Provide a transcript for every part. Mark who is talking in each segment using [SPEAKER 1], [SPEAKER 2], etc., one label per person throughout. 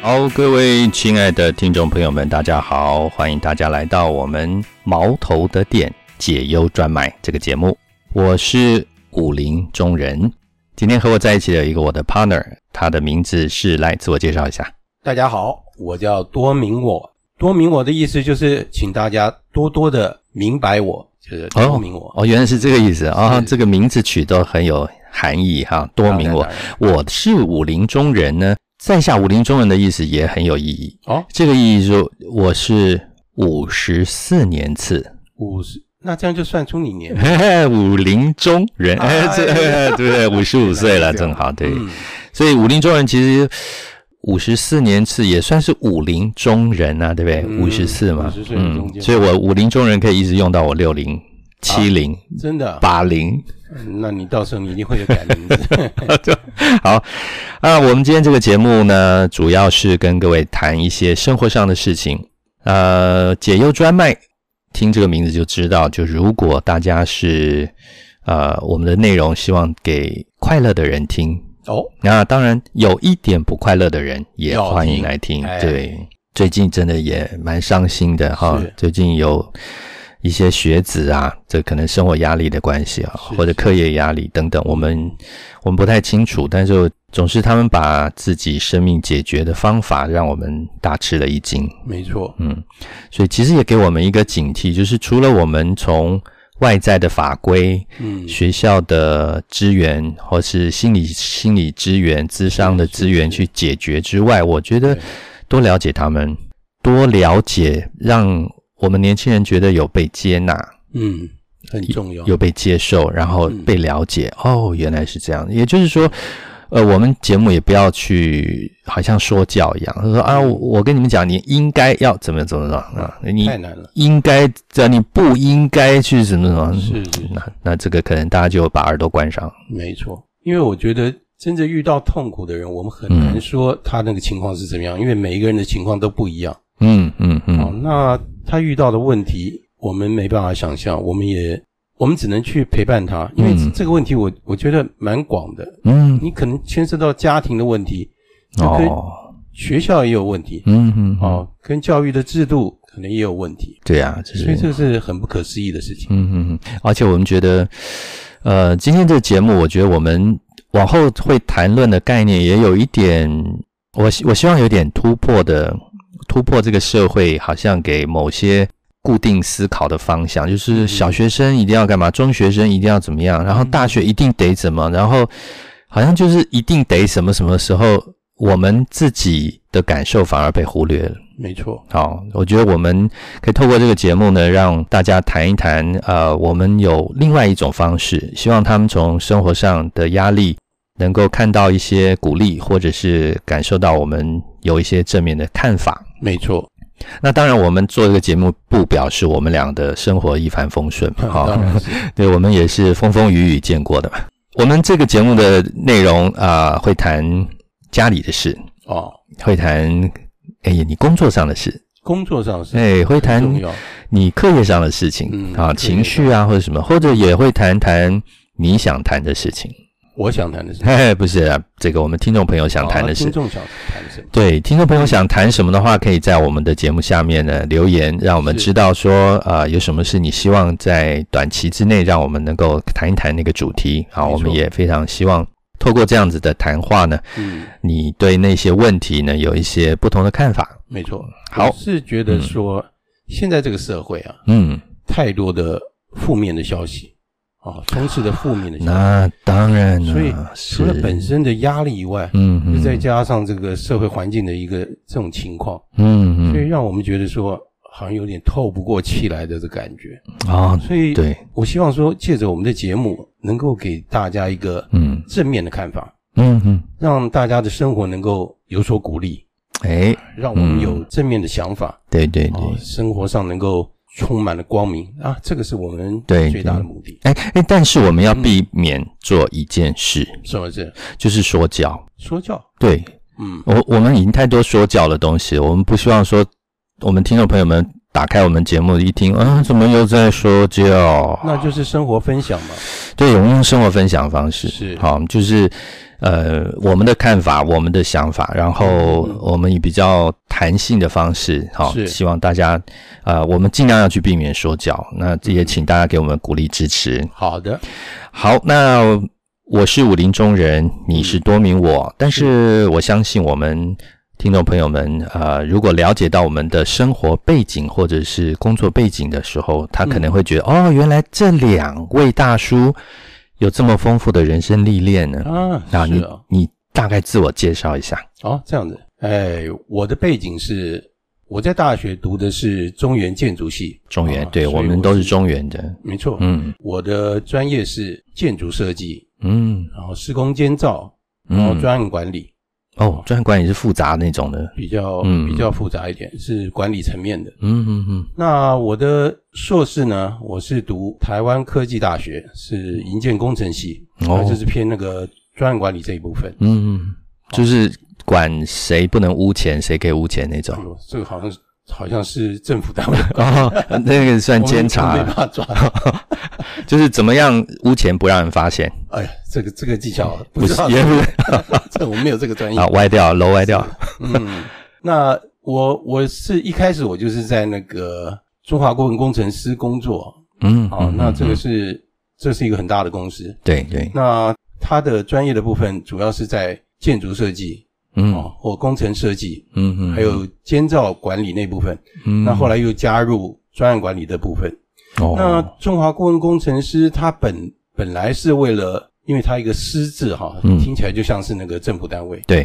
[SPEAKER 1] 好，各位亲爱的听众朋友们，大家好，欢迎大家来到我们毛头的店解忧专卖这个节目，我是武林中人。今天和我在一起的有一个我的 partner，他的名字是来自我介绍一下。
[SPEAKER 2] 大家好，我叫多明我。多明我的意思就是，请大家多多的明白我，就是多明我。
[SPEAKER 1] 哦，原来是这个意思啊、
[SPEAKER 2] 是
[SPEAKER 1] 这个名字取得很有含义哈，多明我
[SPEAKER 2] 当然，当然
[SPEAKER 1] 我是武林中人呢，在下武林中人的意思也很有意义。
[SPEAKER 2] 哦，
[SPEAKER 1] 这个意义说我是五十四年次，
[SPEAKER 2] 五十，那这样就算出你年龄。
[SPEAKER 1] 武林中人，哎， 这对不对？五十五岁了，正好对。
[SPEAKER 2] 嗯，
[SPEAKER 1] 所以武林中人其实五十四年次也算是武林中人啊，对不对？
[SPEAKER 2] 嗯
[SPEAKER 1] 五十四嘛
[SPEAKER 2] 54，岁中
[SPEAKER 1] 嗯，
[SPEAKER 2] 间
[SPEAKER 1] 所以我武林中人可以一直用到我六零、七零、
[SPEAKER 2] 真的。
[SPEAKER 1] 八零。
[SPEAKER 2] 嗯那你到时候你一定会有改名 字。
[SPEAKER 1] 好，啊，我们今天这个节目呢，主要是跟各位谈一些生活上的事情。呃，解忧专卖，听这个名字就知道，就如果大家是呃，我们的内容希望给快乐的人听，
[SPEAKER 2] 哦，
[SPEAKER 1] 那当然有一点不快乐的人也
[SPEAKER 2] 要
[SPEAKER 1] 欢迎
[SPEAKER 2] 听
[SPEAKER 1] 来听。
[SPEAKER 2] 哎
[SPEAKER 1] 对，最近真的也蛮伤心的哈
[SPEAKER 2] 是，
[SPEAKER 1] 最近有。一些学子啊，这可能生活压力的关系啊，
[SPEAKER 2] 是
[SPEAKER 1] 或者课业压力等等，我们我们不太清楚，但是总是他们把自己生命解决的方法让我们大吃了一惊。
[SPEAKER 2] 没错，
[SPEAKER 1] 嗯，所以其实也给我们一个警惕，就是除了我们从外在的法规、
[SPEAKER 2] 嗯，
[SPEAKER 1] 学校的资源或是心理心理资源、咨商的资源
[SPEAKER 2] 是是
[SPEAKER 1] 去解决之外，我觉得
[SPEAKER 2] 对
[SPEAKER 1] 多了解他们，多了解，让我们年轻人觉得有被接纳、
[SPEAKER 2] 嗯，很重要。
[SPEAKER 1] 有被接受，然后
[SPEAKER 2] 嗯
[SPEAKER 1] 被了解。哦，原来是这样。也就是说，呃，我们节目也不要去好像说教一样，他说
[SPEAKER 2] 嗯
[SPEAKER 1] 啊，我我跟你们讲，你应该要怎么怎么怎么啊，你
[SPEAKER 2] 太难了。
[SPEAKER 1] 应该这你不应该去怎么怎么。
[SPEAKER 2] 是是是，
[SPEAKER 1] 那那这个可能大家就把耳朵关上。
[SPEAKER 2] 没错。因为我觉得真正遇到痛苦的人，我们很
[SPEAKER 1] 嗯
[SPEAKER 2] 难说他那个情况是怎么样，因为每一个人的情况都不一样。
[SPEAKER 1] 嗯嗯
[SPEAKER 2] 哦，
[SPEAKER 1] 嗯，
[SPEAKER 2] 那他遇到的问题，我们没办法想象，我们也我们只能去陪伴他，因为
[SPEAKER 1] 嗯
[SPEAKER 2] 这个问题我我觉得蛮广的，
[SPEAKER 1] 嗯，
[SPEAKER 2] 你可能牵涉到家庭的问题，就跟
[SPEAKER 1] 哦，
[SPEAKER 2] 学校也有问题，
[SPEAKER 1] 嗯嗯，哦，
[SPEAKER 2] 哦，跟教育的制度可能也有问题，
[SPEAKER 1] 对啊，这
[SPEAKER 2] 所以
[SPEAKER 1] 是，
[SPEAKER 2] 这是很不可思议的事情。
[SPEAKER 1] 嗯嗯嗯，而且我们觉得，呃，今天这个节目，我觉得我们往后会谈论的概念也有一点，我希我希望有点突破的，突破这个社会好像给某些。固定思考的方向就是
[SPEAKER 2] 嗯
[SPEAKER 1] 小学生一定要干嘛，中学生一定要怎么样，然后
[SPEAKER 2] 嗯
[SPEAKER 1] 大学一定得怎么，然后好像就是一定得什么什么时候，我们自己的感受反而被忽略了。
[SPEAKER 2] 没错，
[SPEAKER 1] 好，我觉得我们可以透过这个节目呢，让大家谈一谈，呃，我们有另外一种方式，希望他们从生活上的压力能够看到一些鼓励，或者是感受到我们有一些正面的看法。
[SPEAKER 2] 没错，
[SPEAKER 1] 嗯那当然，我们做这个节目不表示我们俩的生活一帆风顺，好，
[SPEAKER 2] 当然是
[SPEAKER 1] 对我们也是风风雨雨见过的嘛。我们这个节目的内容啊、会谈家里的事，
[SPEAKER 2] 哦，
[SPEAKER 1] 会谈哎呀你工作上的事，
[SPEAKER 2] 工作上是
[SPEAKER 1] 哎，会
[SPEAKER 2] 很
[SPEAKER 1] 谈
[SPEAKER 2] 重要，
[SPEAKER 1] 你课业上的事情、
[SPEAKER 2] 嗯
[SPEAKER 1] 啊，
[SPEAKER 2] 课业
[SPEAKER 1] 情绪啊或者什么，或者也会谈谈你想谈的事情。
[SPEAKER 2] 我想谈的是
[SPEAKER 1] 嘿嘿，不是啊，这个我们听众朋友想谈
[SPEAKER 2] 哦
[SPEAKER 1] 的事。
[SPEAKER 2] 听众想谈的是
[SPEAKER 1] 对，听众朋友想谈什么的话，可以在我们的节目下面呢留言，让我们
[SPEAKER 2] 是
[SPEAKER 1] 知道说，呃，有什么是你希望在短期之内让我们能够谈一谈那个主题啊。
[SPEAKER 2] 没错
[SPEAKER 1] 我们也非常希望透过这样子的谈话呢，
[SPEAKER 2] 嗯，
[SPEAKER 1] 你对那些问题呢有一些不同的看法。
[SPEAKER 2] 没错。
[SPEAKER 1] 好
[SPEAKER 2] 我是觉得说现在这个社会啊，
[SPEAKER 1] 嗯，
[SPEAKER 2] 太多的负面的消息啊，充斥着负面的消息。
[SPEAKER 1] 那当然了，
[SPEAKER 2] 所以
[SPEAKER 1] 是
[SPEAKER 2] 除了本身的压力以外，
[SPEAKER 1] 嗯嗯
[SPEAKER 2] 又再加上这个社会环境的一个这种情况，
[SPEAKER 1] 嗯
[SPEAKER 2] 所以
[SPEAKER 1] 嗯
[SPEAKER 2] 让我们觉得说好像有点透不过气来的这感觉。
[SPEAKER 1] 啊，
[SPEAKER 2] 所以，
[SPEAKER 1] 对，
[SPEAKER 2] 我希望说借着我们的节目，能够给大家一个
[SPEAKER 1] 嗯
[SPEAKER 2] 正面的看法，
[SPEAKER 1] 嗯嗯，
[SPEAKER 2] 让大家的生活能够有所鼓励，
[SPEAKER 1] 哎，
[SPEAKER 2] 让我们有正面的想法，
[SPEAKER 1] 对嗯对对，
[SPEAKER 2] 哦，生活上能够充满了光明啊，这个是我们
[SPEAKER 1] 对
[SPEAKER 2] 最大的
[SPEAKER 1] 对
[SPEAKER 2] 目的，
[SPEAKER 1] 哎哎，但是我们要避免做一件事，
[SPEAKER 2] 是不是？
[SPEAKER 1] 就是说教。
[SPEAKER 2] 说教，
[SPEAKER 1] 对
[SPEAKER 2] 嗯，
[SPEAKER 1] 我，我们已经太多说教的东西，我们不希望说我们听众朋友们打开我们节目一听，啊，怎么又在说教？
[SPEAKER 2] 那就是生活分享嘛。
[SPEAKER 1] 对，我们用生活分享方式
[SPEAKER 2] 是
[SPEAKER 1] 好，就是呃我们的看法、我们的想法，然后
[SPEAKER 2] 嗯
[SPEAKER 1] 我们以比较弹性的方式，好，
[SPEAKER 2] 是
[SPEAKER 1] 希望大家呃我们尽量要去避免说教，那也
[SPEAKER 2] 嗯
[SPEAKER 1] 请大家给我们鼓励支持。
[SPEAKER 2] 好的，
[SPEAKER 1] 好，那我是武林中人，
[SPEAKER 2] 嗯
[SPEAKER 1] 你是多明我，但是我相信我们听众朋友们，呃，如果了解到我们的生活背景或者是工作背景的时候，他
[SPEAKER 2] 嗯
[SPEAKER 1] 可能会觉得，哦，原来这两位大叔有这么丰富的人生历练呢。
[SPEAKER 2] 啊，
[SPEAKER 1] 那
[SPEAKER 2] 是
[SPEAKER 1] 你、
[SPEAKER 2] 哦，
[SPEAKER 1] 你大概自我介绍一下。
[SPEAKER 2] 哦，这样子，哎，我的背景是我在大学读的是中原建筑系，
[SPEAKER 1] 中原，
[SPEAKER 2] 啊
[SPEAKER 1] 对
[SPEAKER 2] 所以
[SPEAKER 1] 我们都是中原的，
[SPEAKER 2] 没错，
[SPEAKER 1] 嗯
[SPEAKER 2] 我的专业是建筑设计，
[SPEAKER 1] 嗯
[SPEAKER 2] 然后施工监造，然后
[SPEAKER 1] 嗯，
[SPEAKER 2] 专案管理，
[SPEAKER 1] 哦，专业管理是复杂那种的，
[SPEAKER 2] 比较、
[SPEAKER 1] 嗯
[SPEAKER 2] 比较复杂一点，是管理层面的。
[SPEAKER 1] 嗯嗯嗯，
[SPEAKER 2] 那我的硕士呢，我是读台湾科技大学，是营建工程系，
[SPEAKER 1] 哦
[SPEAKER 2] 那就是偏那个专案管理这一部分。
[SPEAKER 1] 嗯，就是管谁不能污钱，谁可以污钱那种
[SPEAKER 2] 哎。呦，这个好像是好像是政府单位，
[SPEAKER 1] 哦，那个算监
[SPEAKER 2] 我们没
[SPEAKER 1] 察，
[SPEAKER 2] 办法抓。
[SPEAKER 1] 就是怎么样污钱不让人发现，
[SPEAKER 2] 哎呀，这个这个技巧
[SPEAKER 1] 不
[SPEAKER 2] 不
[SPEAKER 1] 是
[SPEAKER 2] 知道，
[SPEAKER 1] 也不
[SPEAKER 2] 这我没有这个专业
[SPEAKER 1] 啊。歪掉，楼歪掉。
[SPEAKER 2] 嗯，那我我是一开始我就是在那个中华顾问工程师工作，
[SPEAKER 1] 嗯，
[SPEAKER 2] 哦，
[SPEAKER 1] 嗯
[SPEAKER 2] 那这个
[SPEAKER 1] 嗯
[SPEAKER 2] 是哦这是一个很大的公司，
[SPEAKER 1] 对对，
[SPEAKER 2] 那它的专业的部分主要是在建筑设计
[SPEAKER 1] 嗯
[SPEAKER 2] 哦或工程设计，
[SPEAKER 1] 嗯嗯，
[SPEAKER 2] 还有监造管理那部分，
[SPEAKER 1] 嗯
[SPEAKER 2] 那后来又加入专案管理的部分。那
[SPEAKER 1] 哦，
[SPEAKER 2] 中华顾问工程师他本本来是为了，因为他一个师字哈，
[SPEAKER 1] 嗯
[SPEAKER 2] 听起来就像是那个政府单位
[SPEAKER 1] 对，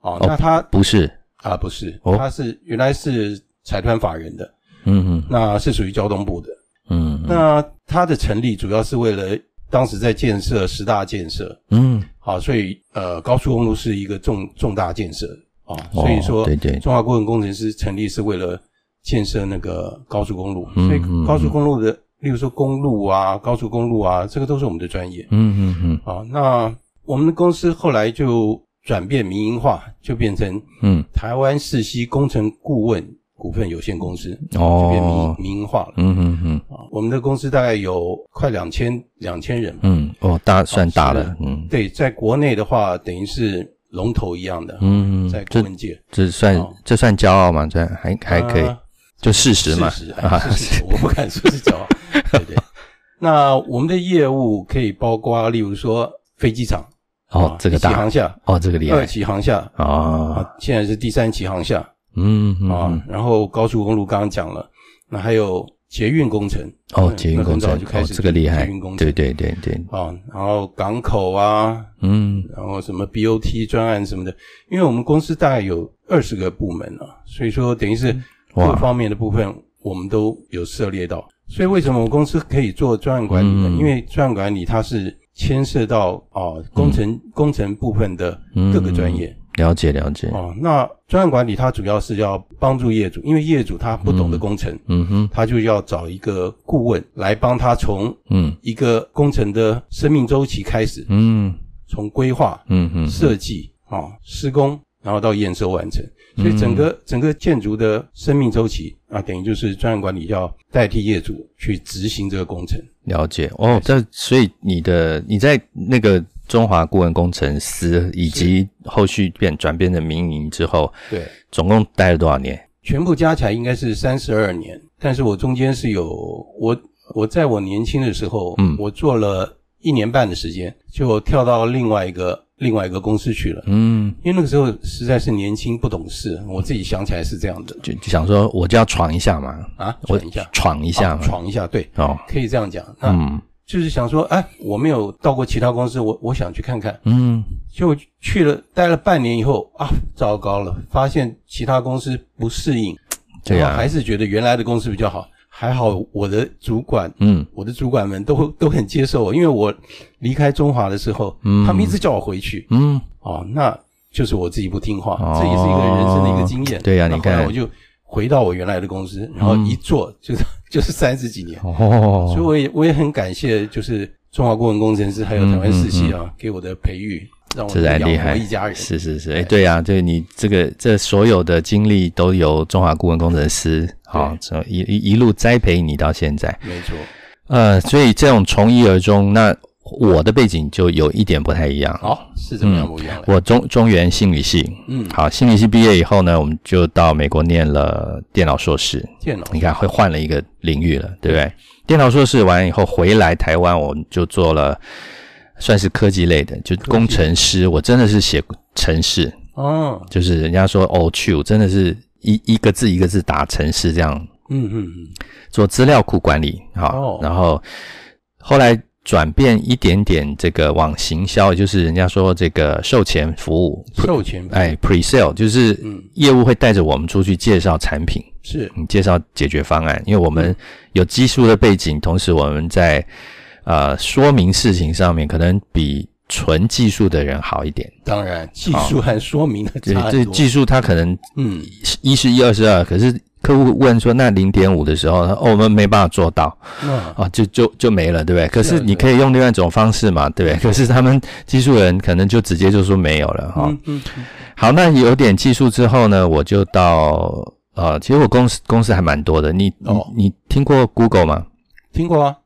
[SPEAKER 2] 哦。
[SPEAKER 1] 哦
[SPEAKER 2] 那他
[SPEAKER 1] 不是，
[SPEAKER 2] 啊不是，
[SPEAKER 1] 哦
[SPEAKER 2] 他是原来是财团法人的，
[SPEAKER 1] 嗯嗯
[SPEAKER 2] 那是属于交通部的。
[SPEAKER 1] 嗯，
[SPEAKER 2] 那它的成立主要是为了当时在建设十大建设，
[SPEAKER 1] 嗯，
[SPEAKER 2] 好，所以呃高速公路是一个重重大建设啊，
[SPEAKER 1] 哦
[SPEAKER 2] 所以说
[SPEAKER 1] 对对
[SPEAKER 2] 中华顾问工程师成立是为了建设那个高速公路，
[SPEAKER 1] 嗯
[SPEAKER 2] 所以
[SPEAKER 1] 嗯
[SPEAKER 2] 高速公路的，例如说公路啊、高速公路啊，这个都是我们的专业
[SPEAKER 1] 嗯嗯
[SPEAKER 2] 啊。那我们的公司后来就转变民营化，就变成
[SPEAKER 1] 嗯
[SPEAKER 2] 台湾世熙工程顾问股份有限公司，
[SPEAKER 1] 嗯，
[SPEAKER 2] 就变民
[SPEAKER 1] 哦
[SPEAKER 2] 营，民营化了。
[SPEAKER 1] 嗯嗯嗯
[SPEAKER 2] 啊，我们的公司大概有快两千两千人嘛。
[SPEAKER 1] 嗯，哦，大算大
[SPEAKER 2] 是
[SPEAKER 1] 了，嗯
[SPEAKER 2] 对，在国内的话，等于是龙头一样的，
[SPEAKER 1] 嗯，嗯
[SPEAKER 2] 在顾
[SPEAKER 1] 这
[SPEAKER 2] 问界
[SPEAKER 1] 这算
[SPEAKER 2] 哦
[SPEAKER 1] 这算骄傲吗？这还还可以，
[SPEAKER 2] 啊
[SPEAKER 1] 就事实嘛，
[SPEAKER 2] 事实
[SPEAKER 1] 啊
[SPEAKER 2] 哎，事 实，我不敢说是骄傲，对对。那我们的业务可以包括，例如说飞机场，
[SPEAKER 1] 哦
[SPEAKER 2] 啊，
[SPEAKER 1] 这个
[SPEAKER 2] 一期
[SPEAKER 1] 大
[SPEAKER 2] 航厦、
[SPEAKER 1] 哦，这个厉
[SPEAKER 2] 二
[SPEAKER 1] 害
[SPEAKER 2] 期航厦
[SPEAKER 1] 啊，
[SPEAKER 2] 啊，现在是第三期航厦
[SPEAKER 1] 嗯嗯
[SPEAKER 2] 啊
[SPEAKER 1] 嗯，
[SPEAKER 2] 然后高速公路刚刚讲了，那还有捷运工程
[SPEAKER 1] 哦，捷运
[SPEAKER 2] 那
[SPEAKER 1] 工
[SPEAKER 2] 很
[SPEAKER 1] 程
[SPEAKER 2] 早就开
[SPEAKER 1] 哦
[SPEAKER 2] 始
[SPEAKER 1] 这个厉害
[SPEAKER 2] 捷运工，程
[SPEAKER 1] 对对对对，
[SPEAKER 2] 啊，然后港口啊，
[SPEAKER 1] 嗯
[SPEAKER 2] 然后什么 BOT 专案什么的，因为我们公司大概有二十个部门啊，所以说等于是
[SPEAKER 1] 嗯哇
[SPEAKER 2] 各方面的部分我们都有涉猎到。所以为什么我公司可以做专案管理呢？
[SPEAKER 1] 嗯
[SPEAKER 2] 因为专案管理它是牵涉到啊、工程、
[SPEAKER 1] 嗯
[SPEAKER 2] 工程部分的各个专业
[SPEAKER 1] 了解了解，
[SPEAKER 2] 哦、那专案管理它主要是要帮助业主，因为业主他不懂得工程，
[SPEAKER 1] 嗯哼
[SPEAKER 2] 他就要找一个顾问来帮他从
[SPEAKER 1] 嗯
[SPEAKER 2] 一个工程的生命周期开始，
[SPEAKER 1] 嗯
[SPEAKER 2] 从规划
[SPEAKER 1] 嗯嗯，
[SPEAKER 2] 设计啊、哦施工，然后到验收完成，
[SPEAKER 1] 嗯
[SPEAKER 2] 所以整个、整个建筑的生命周期啊，等于就是专案管理要代替业主去执行这个工程。
[SPEAKER 1] 了解哦。这所以你的你在那个中华顾问工程师以及后续变转变成民营之后，
[SPEAKER 2] 对，
[SPEAKER 1] 总共待了多少年？
[SPEAKER 2] 全部加起来应该是三十二年，但是我中间是有我我在我年轻的时候，
[SPEAKER 1] 嗯
[SPEAKER 2] 我做了一年半的时间，就跳到另外一个另外一个公司去了。
[SPEAKER 1] 嗯，
[SPEAKER 2] 因为那个时候实在是年轻不懂事，我自己想起来是这样的
[SPEAKER 1] 就就想说我就要闯一下嘛，
[SPEAKER 2] 啊，
[SPEAKER 1] 我
[SPEAKER 2] 闯一下，
[SPEAKER 1] 闯一下
[SPEAKER 2] 啊
[SPEAKER 1] 嘛，
[SPEAKER 2] 闯一下，对，
[SPEAKER 1] 哦，
[SPEAKER 2] 可以这样讲。那、
[SPEAKER 1] 嗯
[SPEAKER 2] 就是想说，哎，我没有到过其他公司，我我想去看看。
[SPEAKER 1] 嗯
[SPEAKER 2] 结果去了，待了半年以后啊，糟糕了，发现其他公司不适应，
[SPEAKER 1] 对啊呀
[SPEAKER 2] 然后还是觉得原来的公司比较好。还好我的主管，
[SPEAKER 1] 嗯
[SPEAKER 2] 我的主管们都都很接受我，因为我离开中华的时候，
[SPEAKER 1] 嗯
[SPEAKER 2] 他们一直叫我回去，
[SPEAKER 1] 嗯，
[SPEAKER 2] 哦，那就是我自己不听话，
[SPEAKER 1] 哦
[SPEAKER 2] 这也是一个人生的一个经验。
[SPEAKER 1] 对呀啊
[SPEAKER 2] 那
[SPEAKER 1] 你
[SPEAKER 2] 后来
[SPEAKER 1] 看
[SPEAKER 2] 我就回到我原来的公司，然后一做就是、 就是三十几年。所以
[SPEAKER 1] 哦，嗯
[SPEAKER 2] 我也我也很感谢，就是中华顾问工程师还有台湾世系啊，给我的培育。让我
[SPEAKER 1] 这才
[SPEAKER 2] 养
[SPEAKER 1] 厉
[SPEAKER 2] 活
[SPEAKER 1] 害
[SPEAKER 2] 一家人。
[SPEAKER 1] 是是是，哎，对啊，对你这个这所有的经历都由中华顾问工程师好
[SPEAKER 2] 对，
[SPEAKER 1] 这一一一路栽培你到现在，
[SPEAKER 2] 没错。
[SPEAKER 1] 呃，所以这种从一而终，那我的背景就有一点不太一样。
[SPEAKER 2] 好，是怎么样不一样了？
[SPEAKER 1] 嗯我中中原心理系，
[SPEAKER 2] 嗯，
[SPEAKER 1] 好，心理系毕业以后呢，我们就到美国念了电脑硕士。
[SPEAKER 2] 电脑
[SPEAKER 1] 你看，会换了一个领域了，对不对？电脑硕士完以后回来台湾，我们就做了算是科技类的，就工程师。我真的是写程式，
[SPEAKER 2] 哦，
[SPEAKER 1] 就是人家说哦去，我真的是一一个字一个字打程式这样
[SPEAKER 2] 嗯嗯嗯，
[SPEAKER 1] 做资料库管理好，
[SPEAKER 2] 哦
[SPEAKER 1] 然后后来转变一点点，这个往行销，也就是人家说这个售前服务，
[SPEAKER 2] 售前服务
[SPEAKER 1] 哎，pre sale，就是
[SPEAKER 2] 嗯
[SPEAKER 1] 业务会带着我们出去介绍产品，
[SPEAKER 2] 是
[SPEAKER 1] 嗯介绍解决方案，因为我
[SPEAKER 2] 嗯
[SPEAKER 1] 们有技术的背景，同时我们在呃说明事情上面可能比纯技术的人好一点，
[SPEAKER 2] 当然，技术和说明的
[SPEAKER 1] 对
[SPEAKER 2] 差很
[SPEAKER 1] 这
[SPEAKER 2] 多。
[SPEAKER 1] 技术他可能
[SPEAKER 2] 嗯，
[SPEAKER 1] 一是一，二是二，可是客户问说那零点五的时候，他说哦，我们没办法做到。
[SPEAKER 2] 那
[SPEAKER 1] 啊，就就就没了，对不对？可
[SPEAKER 2] 是
[SPEAKER 1] 是
[SPEAKER 2] 啊嗯
[SPEAKER 1] 你可以用另外一种方式嘛，对不对？可是他们技术人可能就直接就说没有了哦哈、
[SPEAKER 2] 嗯嗯嗯
[SPEAKER 1] 好，那有点技术之后呢，我就到呃，其实我公司公司还蛮多的。你、
[SPEAKER 2] 哦
[SPEAKER 1] 你你听过 Google 吗
[SPEAKER 2] 听过啊，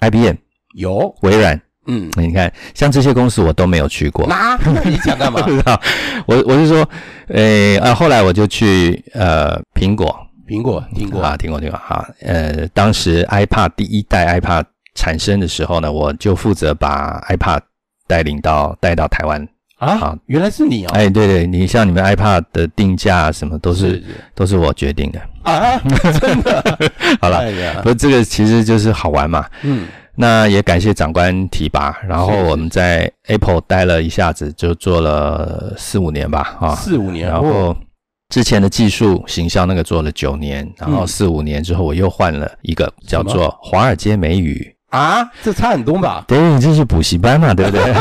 [SPEAKER 1] ？IBM、
[SPEAKER 2] 有，
[SPEAKER 1] 微软，
[SPEAKER 2] 嗯，
[SPEAKER 1] 你看像这些公司我都没有去 过。？
[SPEAKER 2] 那那你想干嘛
[SPEAKER 1] 知道，我我是说，诶、呃，后来我就去呃苹果
[SPEAKER 2] 苹果听过
[SPEAKER 1] 啊，，听过听过啊，呃，当时 iPad 第一代 iPad 产生的时候呢，我就负责把 iPad 带领到带到台湾。
[SPEAKER 2] 啊
[SPEAKER 1] 好，
[SPEAKER 2] 原来是你啊，
[SPEAKER 1] 哎，对对，你像你们 iPad 的定价啊什么都是都是我决 定的。
[SPEAKER 2] 啊，真的，
[SPEAKER 1] 好了，
[SPEAKER 2] 哎呀，
[SPEAKER 1] 不，这个其实就是好玩嘛。
[SPEAKER 2] 嗯，
[SPEAKER 1] 那也感谢长官提拔，然后
[SPEAKER 2] 是是
[SPEAKER 1] 我们在 Apple 待了一下子，就做了四五年吧，啊，
[SPEAKER 2] 四五年，
[SPEAKER 1] 然
[SPEAKER 2] 哦
[SPEAKER 1] 后之前的技术行销那个做了九年，然
[SPEAKER 2] 嗯
[SPEAKER 1] 后四五年之后我又换了一个叫做华尔街美语，
[SPEAKER 2] 啊，这差很多吧？
[SPEAKER 1] 对，这是补习班嘛，对不对？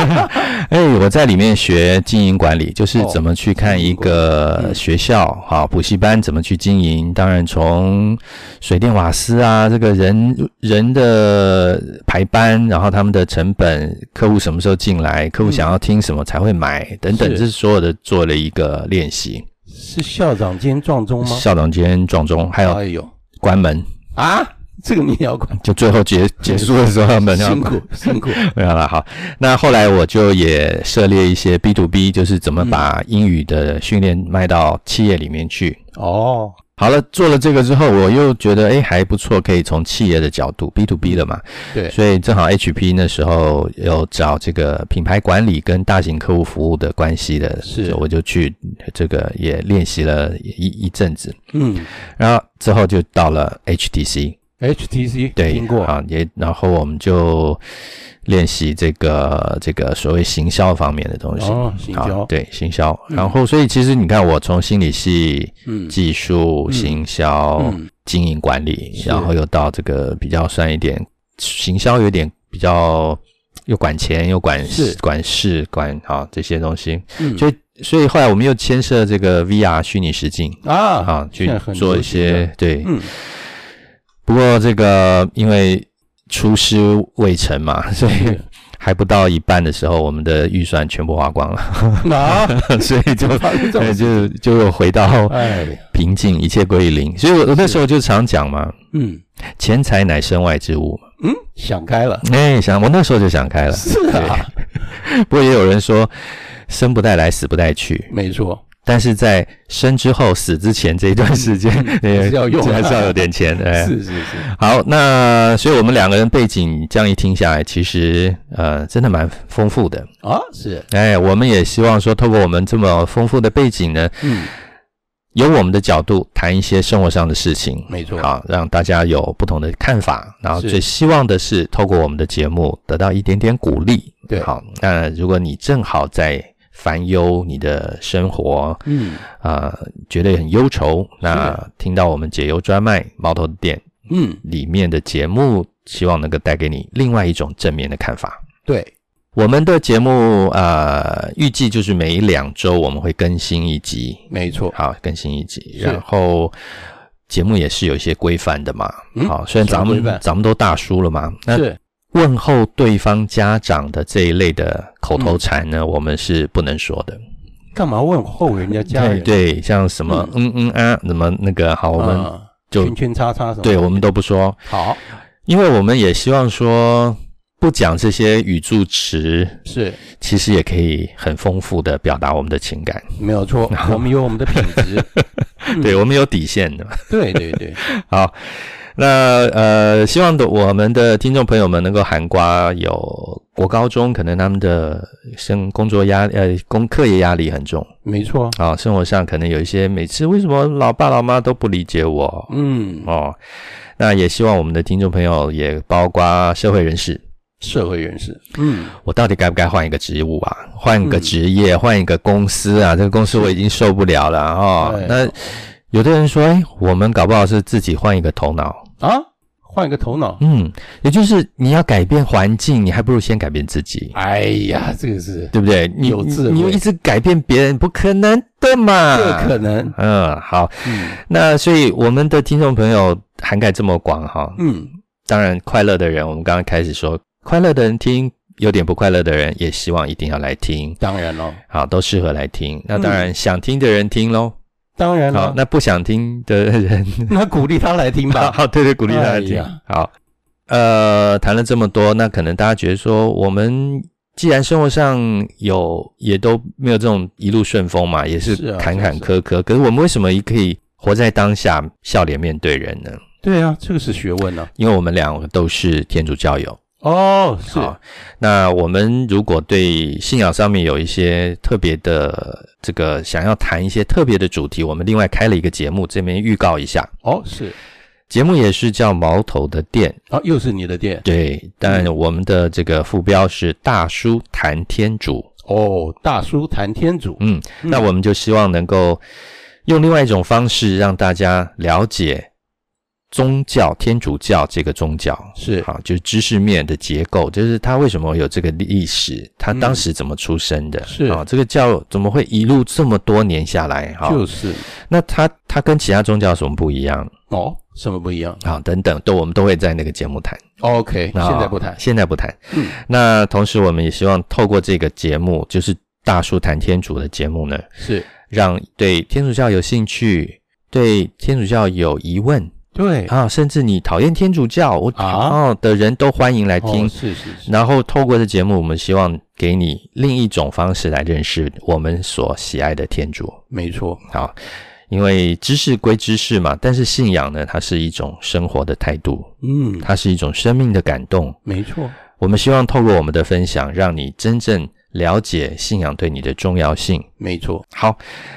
[SPEAKER 1] 哎，我在里面学经营管理，就是怎么去看一个学校哈、补习班怎么去经营。当然，从水电瓦斯啊，这个人人的排班，然后他们的成本，客户什么时候进来，客户想要听什么才会买，等等，
[SPEAKER 2] 是
[SPEAKER 1] 这是所有的做了一个练习。
[SPEAKER 2] 是校长兼撞钟吗？
[SPEAKER 1] 校长间撞钟，还有
[SPEAKER 2] 哎呦，
[SPEAKER 1] 关门，
[SPEAKER 2] 啊，这个你也要管，
[SPEAKER 1] 就最后结结束的时候门要
[SPEAKER 2] 辛
[SPEAKER 1] 关。
[SPEAKER 2] 苦辛苦，
[SPEAKER 1] 没有了，好。那后来我就也涉猎一些 B to B，就是怎么把英语的训练卖到企业里面去。
[SPEAKER 2] 哦，
[SPEAKER 1] 好了，做了这个之后，我又觉得诶还不错，可以从企业的角度 B to B 了嘛，
[SPEAKER 2] 嗯对，
[SPEAKER 1] 所以正好 HP 那时候有找这个品牌管理跟大型客户服务的关系的，
[SPEAKER 2] 是
[SPEAKER 1] 所以我就去这个也练习了一一阵子，
[SPEAKER 2] 嗯
[SPEAKER 1] 然后之后就到了 HTC，
[SPEAKER 2] ，HTC
[SPEAKER 1] 对，
[SPEAKER 2] 听过，
[SPEAKER 1] 啊，也然后我们就练习这个这个所谓行销方面的东西。
[SPEAKER 2] 哦，行
[SPEAKER 1] 好
[SPEAKER 2] 销，
[SPEAKER 1] 对行销，
[SPEAKER 2] 嗯
[SPEAKER 1] 然后所以其实你看，我从心理系、
[SPEAKER 2] 嗯
[SPEAKER 1] 技术、
[SPEAKER 2] 嗯
[SPEAKER 1] 行销、
[SPEAKER 2] 嗯，
[SPEAKER 1] 经营管理，
[SPEAKER 2] 是
[SPEAKER 1] 然后又到这个比较算一点行销，有点比较又管钱又管
[SPEAKER 2] 是
[SPEAKER 1] 管事管啊这些东西，
[SPEAKER 2] 嗯
[SPEAKER 1] 就所以后来我们又牵涉这个 VR 虚拟实境
[SPEAKER 2] 啊
[SPEAKER 1] 啊，去
[SPEAKER 2] 现在很
[SPEAKER 1] 做一
[SPEAKER 2] 流行的
[SPEAKER 1] 些对
[SPEAKER 2] 嗯，
[SPEAKER 1] 不过这个因为出师未成嘛， 所以
[SPEAKER 2] 是
[SPEAKER 1] 还不到一半的时候，我们的预算全部花光了，
[SPEAKER 2] 啊，
[SPEAKER 1] 所以就
[SPEAKER 2] 发生这种
[SPEAKER 1] 呃
[SPEAKER 2] 事，
[SPEAKER 1] 就就又回到
[SPEAKER 2] 哎呀，
[SPEAKER 1] 平静，一切归零。所以我我那
[SPEAKER 2] 是
[SPEAKER 1] 时候就常讲嘛，
[SPEAKER 2] 嗯
[SPEAKER 1] 钱财乃身外之物嘛。
[SPEAKER 2] 嗯，想开了，
[SPEAKER 1] 哎，想我那时候就想开了。
[SPEAKER 2] 是啊，
[SPEAKER 1] 不过也有人说，生不带来，死不带去。
[SPEAKER 2] 没错，
[SPEAKER 1] 但是在生之后、死之前这一段时间，
[SPEAKER 2] 还是要用啊
[SPEAKER 1] 还是要有点钱。哎，
[SPEAKER 2] 是是是，
[SPEAKER 1] 好，那所以我们两个人背景这样一听下来，其实呃真的蛮丰富的。
[SPEAKER 2] 啊是，
[SPEAKER 1] 哎，我们也希望说，透过我们这么丰富的背景呢，
[SPEAKER 2] 嗯，
[SPEAKER 1] 由我们的角度谈一些生活上的事情，
[SPEAKER 2] 没错，
[SPEAKER 1] 好，让大家有不同的看法。然后
[SPEAKER 2] 是
[SPEAKER 1] 最希望的是，透过我们的节目得到一点点鼓励。
[SPEAKER 2] 对
[SPEAKER 1] 好，那如果你正好在烦忧你的生活，
[SPEAKER 2] 嗯
[SPEAKER 1] 啊、觉得很忧愁，
[SPEAKER 2] 是
[SPEAKER 1] 那听到我们解忧专卖猫头店。
[SPEAKER 2] 嗯，
[SPEAKER 1] 里面的节目，希望能够带给你另外一种正面的看法。
[SPEAKER 2] 对，
[SPEAKER 1] 我们的节目呃，预计就是每两周我们会更新一集，
[SPEAKER 2] 没错，
[SPEAKER 1] 好，更新一集，
[SPEAKER 2] 是
[SPEAKER 1] 然后。节目也是有一些规范的嘛，
[SPEAKER 2] 嗯
[SPEAKER 1] 好，虽然
[SPEAKER 2] 什么
[SPEAKER 1] 咱
[SPEAKER 2] 规
[SPEAKER 1] 们
[SPEAKER 2] 范
[SPEAKER 1] 咱们都大叔了嘛，那
[SPEAKER 2] 是
[SPEAKER 1] 问候对方家长的这一类的口头禅
[SPEAKER 2] 嗯
[SPEAKER 1] 呢，我们是不能说的。
[SPEAKER 2] 干嘛问候人家家
[SPEAKER 1] 对
[SPEAKER 2] 人？
[SPEAKER 1] 对，像什么嗯嗯啊，什么那个好，
[SPEAKER 2] 啊，
[SPEAKER 1] 我们、就
[SPEAKER 2] 圈圈叉叉什么？
[SPEAKER 1] 对我们都不说，
[SPEAKER 2] 好
[SPEAKER 1] 因为我们也希望说不讲这些语助词，
[SPEAKER 2] 是
[SPEAKER 1] 其实也可以很丰富的表达我们的情感。
[SPEAKER 2] 没 有错，我们有我们的品质。嗯
[SPEAKER 1] 对我们有底线的。
[SPEAKER 2] 对对对，
[SPEAKER 1] 好，那呃，希望的我们的听众朋友们能够含瓜有国高中，可能他们的生工作压呃工课业压力很重
[SPEAKER 2] 没错。
[SPEAKER 1] 啊、生活上可能有一些每次为什么老爸老妈都不理解我
[SPEAKER 2] 嗯，
[SPEAKER 1] 哦，那也希望我们的听众朋友也包括社会人士。
[SPEAKER 2] 社会人士。嗯，
[SPEAKER 1] 我到底该不该换一个职务啊？换一个
[SPEAKER 2] 嗯
[SPEAKER 1] 职业，换一个公司啊？这个公司我已经受不了了哦
[SPEAKER 2] 哎。
[SPEAKER 1] 那有的人说，哎，我们搞不好是自己换一个头脑，
[SPEAKER 2] 啊，换一个头脑。
[SPEAKER 1] 嗯，也就是你要改变环境，你还不如先改变自己，
[SPEAKER 2] 哎呀，这个是
[SPEAKER 1] 对不对？你
[SPEAKER 2] 有智慧
[SPEAKER 1] 你你一直改变别人，不可能的嘛。
[SPEAKER 2] 这可能。
[SPEAKER 1] 啊嗯，好，
[SPEAKER 2] 嗯
[SPEAKER 1] 那所以我们的听众朋友涵盖这么广哈，
[SPEAKER 2] 嗯，
[SPEAKER 1] 当然快乐的人，我们刚刚开始说，快乐的人听，有点不快乐的人也希望一定要来听，
[SPEAKER 2] 当然了，
[SPEAKER 1] 好，都适合来
[SPEAKER 2] 嗯
[SPEAKER 1] 听。那当然想听的人听喽，
[SPEAKER 2] 当然
[SPEAKER 1] 好
[SPEAKER 2] 了，，
[SPEAKER 1] 那不想听的人
[SPEAKER 2] 那鼓励他来听
[SPEAKER 1] 好
[SPEAKER 2] 吧。
[SPEAKER 1] 好，对对，鼓励大家
[SPEAKER 2] 哎
[SPEAKER 1] 听
[SPEAKER 2] 呀。
[SPEAKER 1] 好，呃，谈了这么多，那可能大家觉得说，我们既然生活上有也都没有这种一路顺风嘛，也
[SPEAKER 2] 是
[SPEAKER 1] 是
[SPEAKER 2] 啊
[SPEAKER 1] 坎
[SPEAKER 2] 是啊
[SPEAKER 1] 坎
[SPEAKER 2] 是啊
[SPEAKER 1] 坷坷，可是我们为什么也可以活在当下，笑脸面对人呢？
[SPEAKER 2] 对啊，这个是学问啊。
[SPEAKER 1] 因为我们两个都是天主教友。
[SPEAKER 2] 哦，是
[SPEAKER 1] 好，那我们如果对信仰上面有一些特别的这个想要谈一些特别的主题，我们另外开了一个节目，这边预告一下，
[SPEAKER 2] 哦是
[SPEAKER 1] 节目也是叫《毛头的店》。
[SPEAKER 2] 啊，又是你的店
[SPEAKER 1] 对，但我们的这个副标是“大叔谈天主
[SPEAKER 2] 哦，大叔谈天主”。。
[SPEAKER 1] 嗯，
[SPEAKER 2] 嗯
[SPEAKER 1] 那我们就希望能够用另外一种方式让大家了解宗教天主教这个宗教，
[SPEAKER 2] 是
[SPEAKER 1] 好，就是知识面的结构，就是它为什么有这个历史，它
[SPEAKER 2] 嗯
[SPEAKER 1] 当时怎么出生的，
[SPEAKER 2] 是
[SPEAKER 1] 啊，这个教怎么会一路这么多年下来，哈，
[SPEAKER 2] 就是
[SPEAKER 1] 那它它跟其他宗教有什么不一样
[SPEAKER 2] 哦，什么不一样
[SPEAKER 1] 啊？等等，都我们都会在那个节目谈。
[SPEAKER 2] ？OK，
[SPEAKER 1] 那
[SPEAKER 2] 现在不谈。
[SPEAKER 1] 现在不谈。
[SPEAKER 2] 嗯
[SPEAKER 1] 那同时，我们也希望透过这个节目，就是大叔谈天主的节目呢，
[SPEAKER 2] 是
[SPEAKER 1] 让对天主教有兴趣、对天主教有疑问
[SPEAKER 2] 对
[SPEAKER 1] 啊，甚至你讨厌天主教我
[SPEAKER 2] 啊，
[SPEAKER 1] 哦的人都欢迎来听。
[SPEAKER 2] 哦是是是，
[SPEAKER 1] 然后透过这节目，我们希望给你另一种方式来认识我们所喜爱的天主。
[SPEAKER 2] 没错，
[SPEAKER 1] 好，因为知识归知识嘛，但是信仰呢，它是一种生活的态度，
[SPEAKER 2] 嗯，
[SPEAKER 1] 它是一种生命的感动，
[SPEAKER 2] 没错，
[SPEAKER 1] 我们希望透过我们的分享，让你真正了解信仰对你的重要性。
[SPEAKER 2] 没错，
[SPEAKER 1] 好，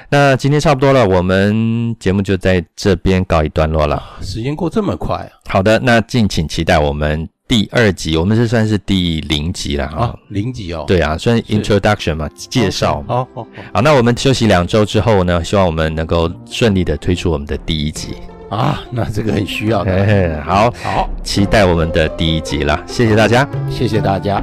[SPEAKER 1] 那今天差不多了，我们节目就在这边告一段落了。
[SPEAKER 2] 时间过这么快啊
[SPEAKER 1] 好的，那敬请期待我们第二集，我们是算是第零集了啊
[SPEAKER 2] 啊。，零几哦，，
[SPEAKER 1] 对啊，算是
[SPEAKER 2] 是
[SPEAKER 1] introduction 嘛，介绍嘛。
[SPEAKER 2] 好好
[SPEAKER 1] 好，那我们休息两周之后呢，希望我们能够顺利的推出我们的第一集。
[SPEAKER 2] 好啊，那这个很需要
[SPEAKER 1] 嘿
[SPEAKER 2] 的，
[SPEAKER 1] 嘿，好，
[SPEAKER 2] 好，
[SPEAKER 1] 期待我们的第一集啦，谢谢大家。
[SPEAKER 2] 谢谢大家。